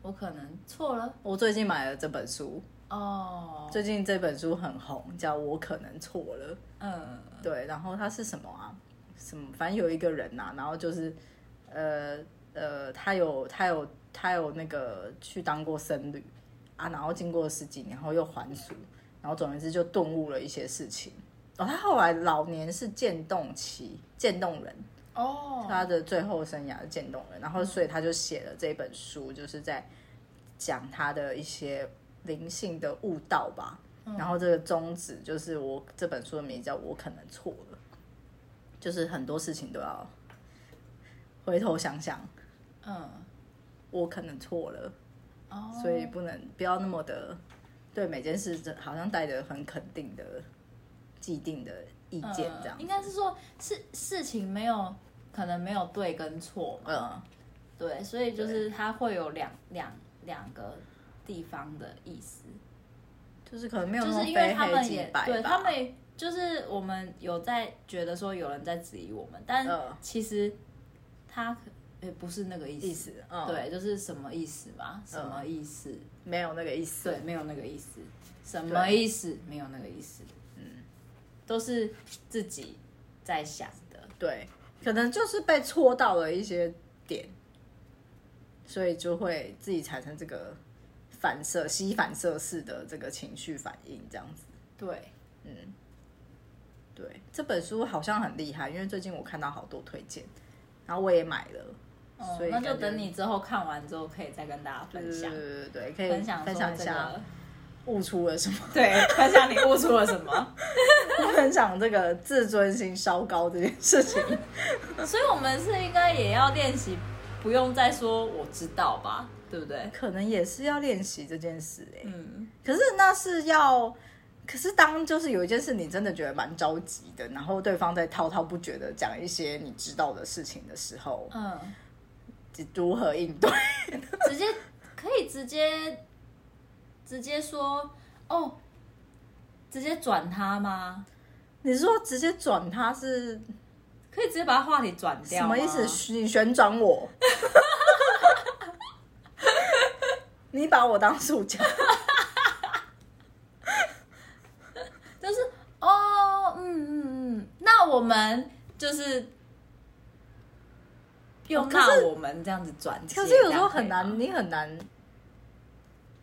S3: 我可能错了
S2: 我最近买了这本书，
S3: 哦，
S2: 最近这本书很红，叫《我可能错了》。
S3: 嗯，
S2: 对，然后它是什么啊？什么？反正有一个人呐、然后就是，呃呃，他有他有他有那个去当过僧侣啊，然后经过十几年后又还俗，然后总而言之就顿悟了一些事情。哦，他后来老年是渐冻期，渐冻人，
S3: 哦，嗯
S2: 他的最后生涯的渐冻人，然后所以他就写了这本书，就是在讲他的一些灵性的悟道吧。
S3: 嗯
S2: 然后这个宗旨就是我这本书的名字叫《我可能错了》，就是很多事情都要回头想想，
S3: 嗯，
S2: 我可能错了，
S3: 哦，
S2: 所以不能不要那么的对每件事真好像带着很肯定的既定的意见这样
S3: 嗯。应该是说事事情没有可能没有对跟错嘛，
S2: 嗯，
S3: 对，所以就是它会有两两两个地方的意思，
S2: 就是可能没有
S3: 就
S2: 那么
S3: 是因为
S2: 非
S3: 他
S2: 黑
S3: 们
S2: 即
S3: 也
S2: 白
S3: 对
S2: 吧
S3: 他们就是我们有在觉得说有人在质疑我们，但
S2: 嗯
S3: 其实他可也不是那个意思，
S2: 意思，嗯，
S3: 对，就是什么意思嘛，什么意思？
S2: 没有那个意思。
S3: 对，没有那个意思，什么意思？没有那个意思，嗯，都是自己在想的。
S2: 对，可能就是被戳到了一些点，所以就会自己产生这个反射、吸反射式的这个情绪反应，这样子。
S3: 对，
S2: 嗯，对，这本书好像很厉害，因为最近我看到好多推荐，然后我也买了，
S3: 哦
S2: 所以，
S3: 那
S2: 感
S3: 就
S2: 觉
S3: 等你之后看完之后可以再跟大家分享，
S2: 对对对对，可以
S3: 分享
S2: 分
S3: 说
S2: 享一
S3: 这
S2: 下
S3: 个，
S2: 悟出了什么，
S3: 对，分享你悟出了什么。
S2: 分享这个自尊心稍高这件事 情。
S3: 所以我们是应该也要练习，不用再说我知道吧，对不对？
S2: 可能也是要练习这件事哎、
S3: 嗯，
S2: 可是那是要，可是当就是有一件事你真的觉得蛮着急的，然后对方在滔滔不绝的讲一些你知道的事情的时候，
S3: 嗯，
S2: 如何应对？
S3: 直接可以直接直接说哦，直接转他吗？
S2: 你说直接转他是
S3: 可以直接把话题转掉
S2: 什
S3: 吗
S2: 么意思？你旋转我， 你把我当塑胶，
S3: 就是哦，嗯嗯嗯，那我们就是用
S2: 哦可
S3: 那
S2: 是
S3: 我们这样子转接，
S2: 可是有时候
S3: 这样可以
S2: 很
S3: 吗
S2: 难，。你很难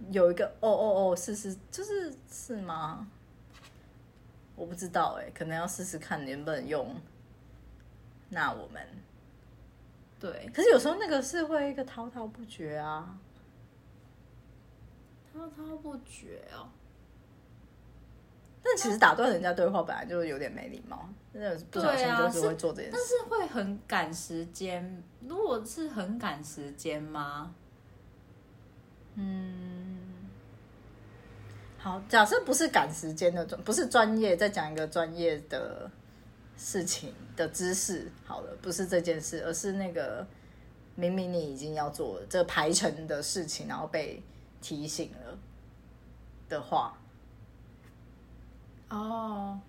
S2: 有一个哦哦哦，是是，就是是吗？我不知道哎、可能要试试看能不能用。那我们，
S3: 对，
S2: 可是有时候那个是会一个滔滔不绝啊，
S3: 滔滔不绝哦。
S2: 但其实打断人家对话本来就有点没礼貌，那不小心
S3: 对啊
S2: 就是
S3: 是
S2: 会做这件
S3: 但
S2: 事。
S3: 是会很赶时间，如果是很赶时间吗？
S2: 嗯，好，假设不是赶时间的专，不是专业，再讲一个专业的事情的知识，好了，不是这件事，而是那个明明你已经要做了这排程的事情，然后被提醒了的话，
S3: 哦，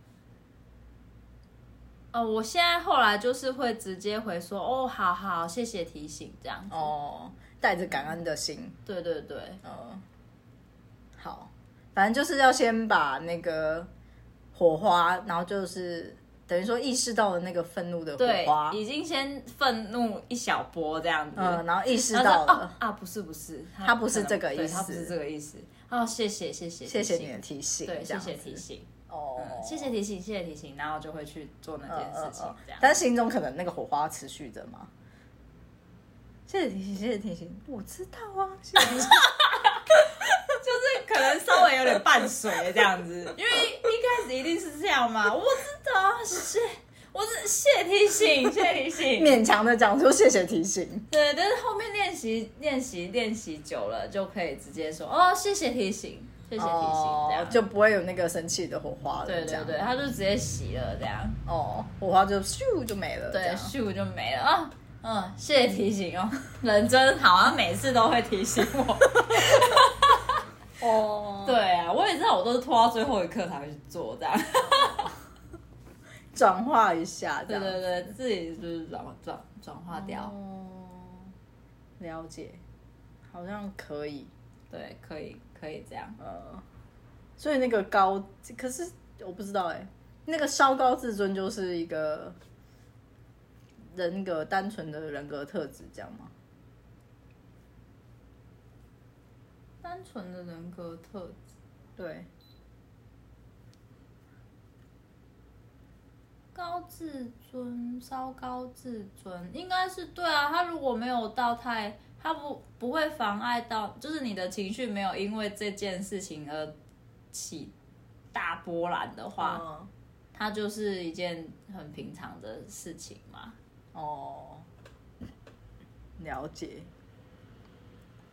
S3: 哦，我现在后来就是会直接回说，哦，好好，谢谢提醒，这样子。
S2: 哦，带着感恩的心，
S3: 对对对，
S2: 嗯，好，反正就是要先把那个火花，然后就是等于说意识到了那个愤怒的火
S3: 对
S2: 花，，
S3: 已经先愤怒一小波这样子。
S2: 嗯，然后意识
S3: 然后
S2: 到
S3: 说哦
S2: 了，
S3: 啊，不是不是，
S2: 他不是
S3: 可能
S2: 这个
S3: 对
S2: 意
S3: 他不是
S2: 思
S3: 这个意思。哦，谢谢谢谢
S2: 谢
S3: 提
S2: 谢
S3: 醒
S2: 你的提醒，
S3: 对，
S2: 这
S3: 谢
S2: 样子
S3: 谢提，醒，
S2: 哦
S3: 嗯，，谢谢提醒，谢谢提醒，然后就会去做那
S2: 嗯
S3: 件事
S2: 嗯
S3: 情
S2: 嗯，
S3: 这样。
S2: 但心中可能那个火花持续着嘛。谢谢提醒，谢谢提醒，我知道啊，谢谢提醒
S3: 就是可能稍微有点伴随这样子， 因为一开始一定是这样嘛。我知道啊，谢，我是谢提醒，谢提醒。
S2: 勉强的讲出谢谢提醒，
S3: 对，但是后面练习练习练习久了，就可以直接说哦，谢谢提醒，谢
S2: 谢
S3: 谢提醒，这样
S2: 哦就不会有那个生气的火花了，
S3: 对
S2: 这
S3: 对
S2: 样
S3: 对，他就直接洗了这样，
S2: 哦，火花就咻就没了，这
S3: 对，
S2: 样
S3: 咻就没了啊。嗯，谢谢提醒哦，人真好，他每次都会提醒 我。
S2: 哦，
S3: 对啊，我也知道，我都是拖到最后一刻才会去做这样。
S2: 转化一下，这
S3: 对
S2: 样
S3: 对对，自己就是转转转化掉。
S2: 哦，了解，好像可以，
S3: 对，可以可以这样。
S2: 呃，所以那个高，可是我不知道哎、那个稍高自尊就是一个人格单纯的人格特质，这样吗？
S3: 单纯的人格特质，
S2: 对，
S3: 高自尊，稍高自尊，应该是对啊。他如果没有到太，他不不会妨碍到，就是你的情绪没有因为这件事情而起大波澜的话，
S2: 嗯
S3: 它就是一件很平常的事情嘛。
S2: 哦，了解，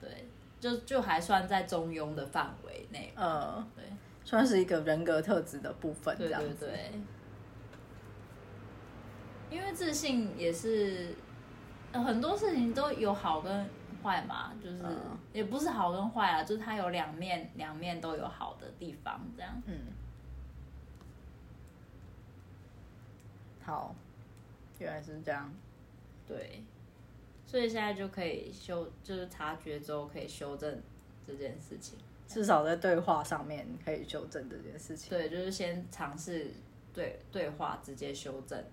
S3: 对，就就还算在中庸的范围内。
S2: 呃，
S3: 对
S2: 算是一个人格特质的部分，这
S3: 对
S2: 样
S3: 对
S2: 子，
S3: 对，因为自信也是、呃很多事情都有好跟坏嘛，就是、
S2: 嗯
S3: 也不是好跟坏啊，就是它有两面，两面都有好的地方，这样。
S2: 嗯，好，原来是这样，
S3: 对，所以现在就可以修，就是察觉之后可以修正这件事情。
S2: 至少在对话上面可以修正这件事情。
S3: 对，就是先尝试对对话直接修正，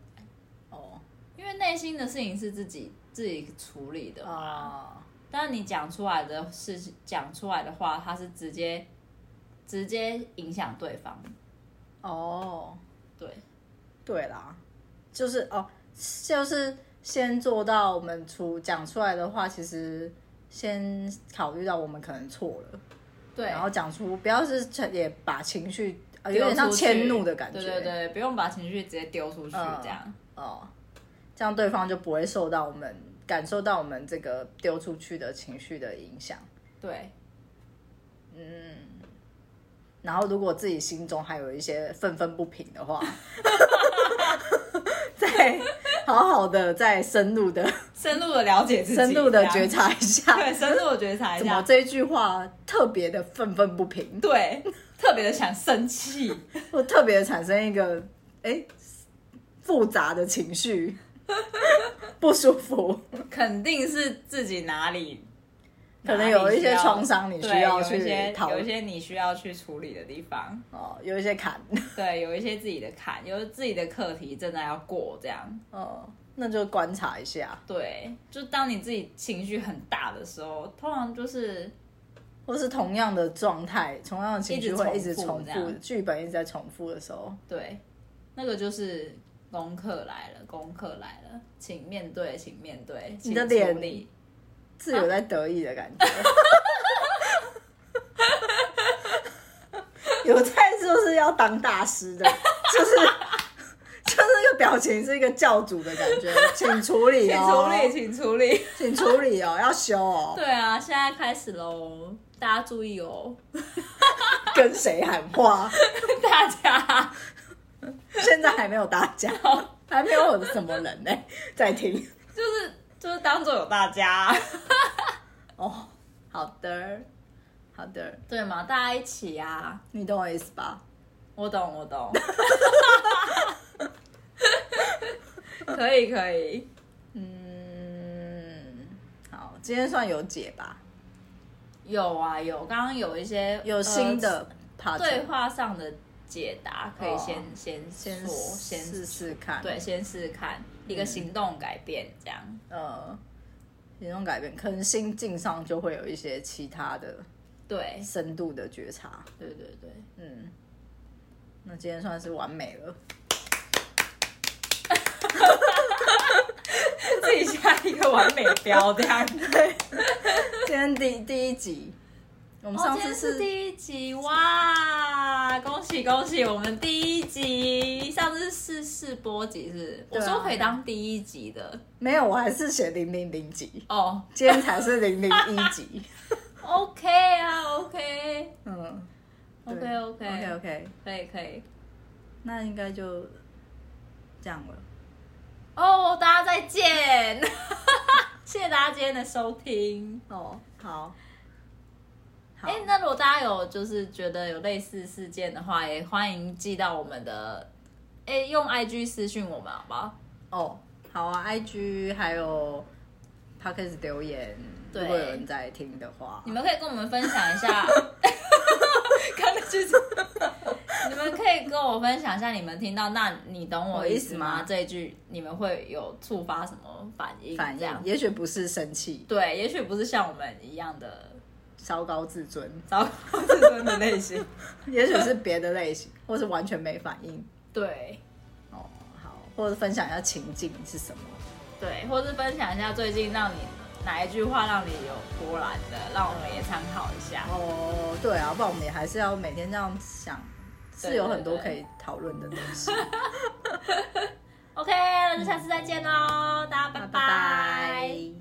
S2: 哦，
S3: 因为内心的事情是自己自己处理的嘛。
S2: 啊、
S3: 但是你讲出来的事情，讲出来的话，它是直接直接影响对方。
S2: 哦，
S3: 对，
S2: 对啦，就是哦，就是先做到我们出讲出来的话，其实先考虑到我们可能错了，
S3: 对
S2: 然后讲出不要是也把情绪、呃、有
S3: 丢
S2: 点像
S3: 出去
S2: 迁怒的感觉，
S3: 对对对，不用把情绪直接丢出去，
S2: 嗯
S3: 这样。
S2: 哦，这样对方就不会受到我们感受到我们这个丢出去的情绪的影响。
S3: 对，
S2: 然后，如果自己心中还有一些愤愤不平的话， 再好好的再深入的、
S3: 深入的了解自己，
S2: 深入的
S3: 这
S2: 觉，
S3: 样
S2: 察一下，
S3: 对，深入的觉察一
S2: 怎么
S3: 下，
S2: 这一句话特别的愤愤不 平，
S3: 对，特别的想生气，
S2: 或特别地产生一个哎复杂的情绪， 不舒服，
S3: 肯定是自己哪里。
S2: 可能有一
S3: 哪里需
S2: 些
S3: 要
S2: 创伤你需
S3: 对
S2: 要
S3: 有一些
S2: 去讨
S3: 有一些你需要去处理的地方，
S2: 哦，有一些坎。
S3: 对，有一些自己的坎，有自己的课题正在要过，这样，
S2: 哦，那就观察一下，
S3: 对，就当你自己情绪很大的时候，通常就是
S2: 或是同样的状态，同样的情绪会一直重复
S3: 一直重复这，样
S2: 剧本一直在重复的时候，
S3: 对，那个就是功课来了，功课来了，请面对，请面对，
S2: 你的
S3: 请处
S2: 脸
S3: 理
S2: 是有在得意的感 觉，有在就是要当大师的，就是就是那个表情是一个教主的感觉，请处理
S3: 请
S2: 哦
S3: 处，理，请处理。
S2: 请处理哦，要修哦，
S3: 对啊，现在开始喽，大家注意哦，
S2: 跟谁喊话？
S3: 大家
S2: 现在还没有大家，还没有什么人呢、在听。
S3: 就是就是当做有大家，
S2: 哦，好的，好的，
S3: 对嘛，大家一起啊，
S2: 你懂我意思吧？
S3: 我懂，我 懂。可以可以，
S2: 嗯，好，今天算有解吧，
S3: 有啊有，刚刚有一些
S2: 有新的 part，、
S3: 呃对话上的解答，可以
S2: 哦
S3: 先、先
S2: 先
S3: 说先
S2: 试试看，
S3: 对，，先试试看嗯一个行动改变这样。
S2: 呃，行动改变，可能心境上就会有一些其他的
S3: 对
S2: 深度的觉察，
S3: 对对对，
S2: 嗯，那今天算是完美了，
S3: 自己下一个完美标这 样。
S2: 今天第第一集，我们
S3: 哦，
S2: 上
S3: 今
S2: 次
S3: 天是第一集哇！恭喜恭喜，我们第一集，上次是试播集是不
S2: 对
S3: 是？
S2: 啊
S3: 我说可以当第一集的
S2: 没有，我还是写零零零集，
S3: 哦。
S2: 今天才是零零一集，
S3: OK 啊，OK
S2: 嗯
S3: OK OK
S2: ，OK OK。
S3: 可以可以。
S2: 那应该就这样了。
S3: 哦，大家再见， 谢谢大家今天的收听。
S2: 哦，好，好，
S3: 哎、那如果大家有就是觉得有类似事件的话，也欢迎寄到我们的，哎、用 IG 私讯我们好不好？
S2: 哦，好啊，IG 还有 Podcast 留言，
S3: 对嗯
S2: 如果有人在听的话
S3: 你，们可以跟我们分享一 下，看得就是，你们可以跟我分享一下你们听到“那你懂我意思
S2: 我意
S3: 吗
S2: 思吗”
S3: 这一句，你们会有触发什么反应？
S2: 反
S3: 这样
S2: 应也许不是生气，
S3: 对，也许不是像我们一样的
S2: 稍高自尊，
S3: 糟糕 自尊的类型。
S2: 也许是别的类 型，或是完全没反应。
S3: 对
S2: 哦，好，或者分享一下情境是什么。
S3: 对，或是分享一下最近让你哪一句话让你有波澜的，让我们也参考一下。
S2: 哦，对啊，不然我们也还是要每天这样想，
S3: 对
S2: 是有很多
S3: 对
S2: 可
S3: 对
S2: 以讨论的东 西。
S3: OK，那就下次再见喽，大家拜拜。
S2: 拜拜。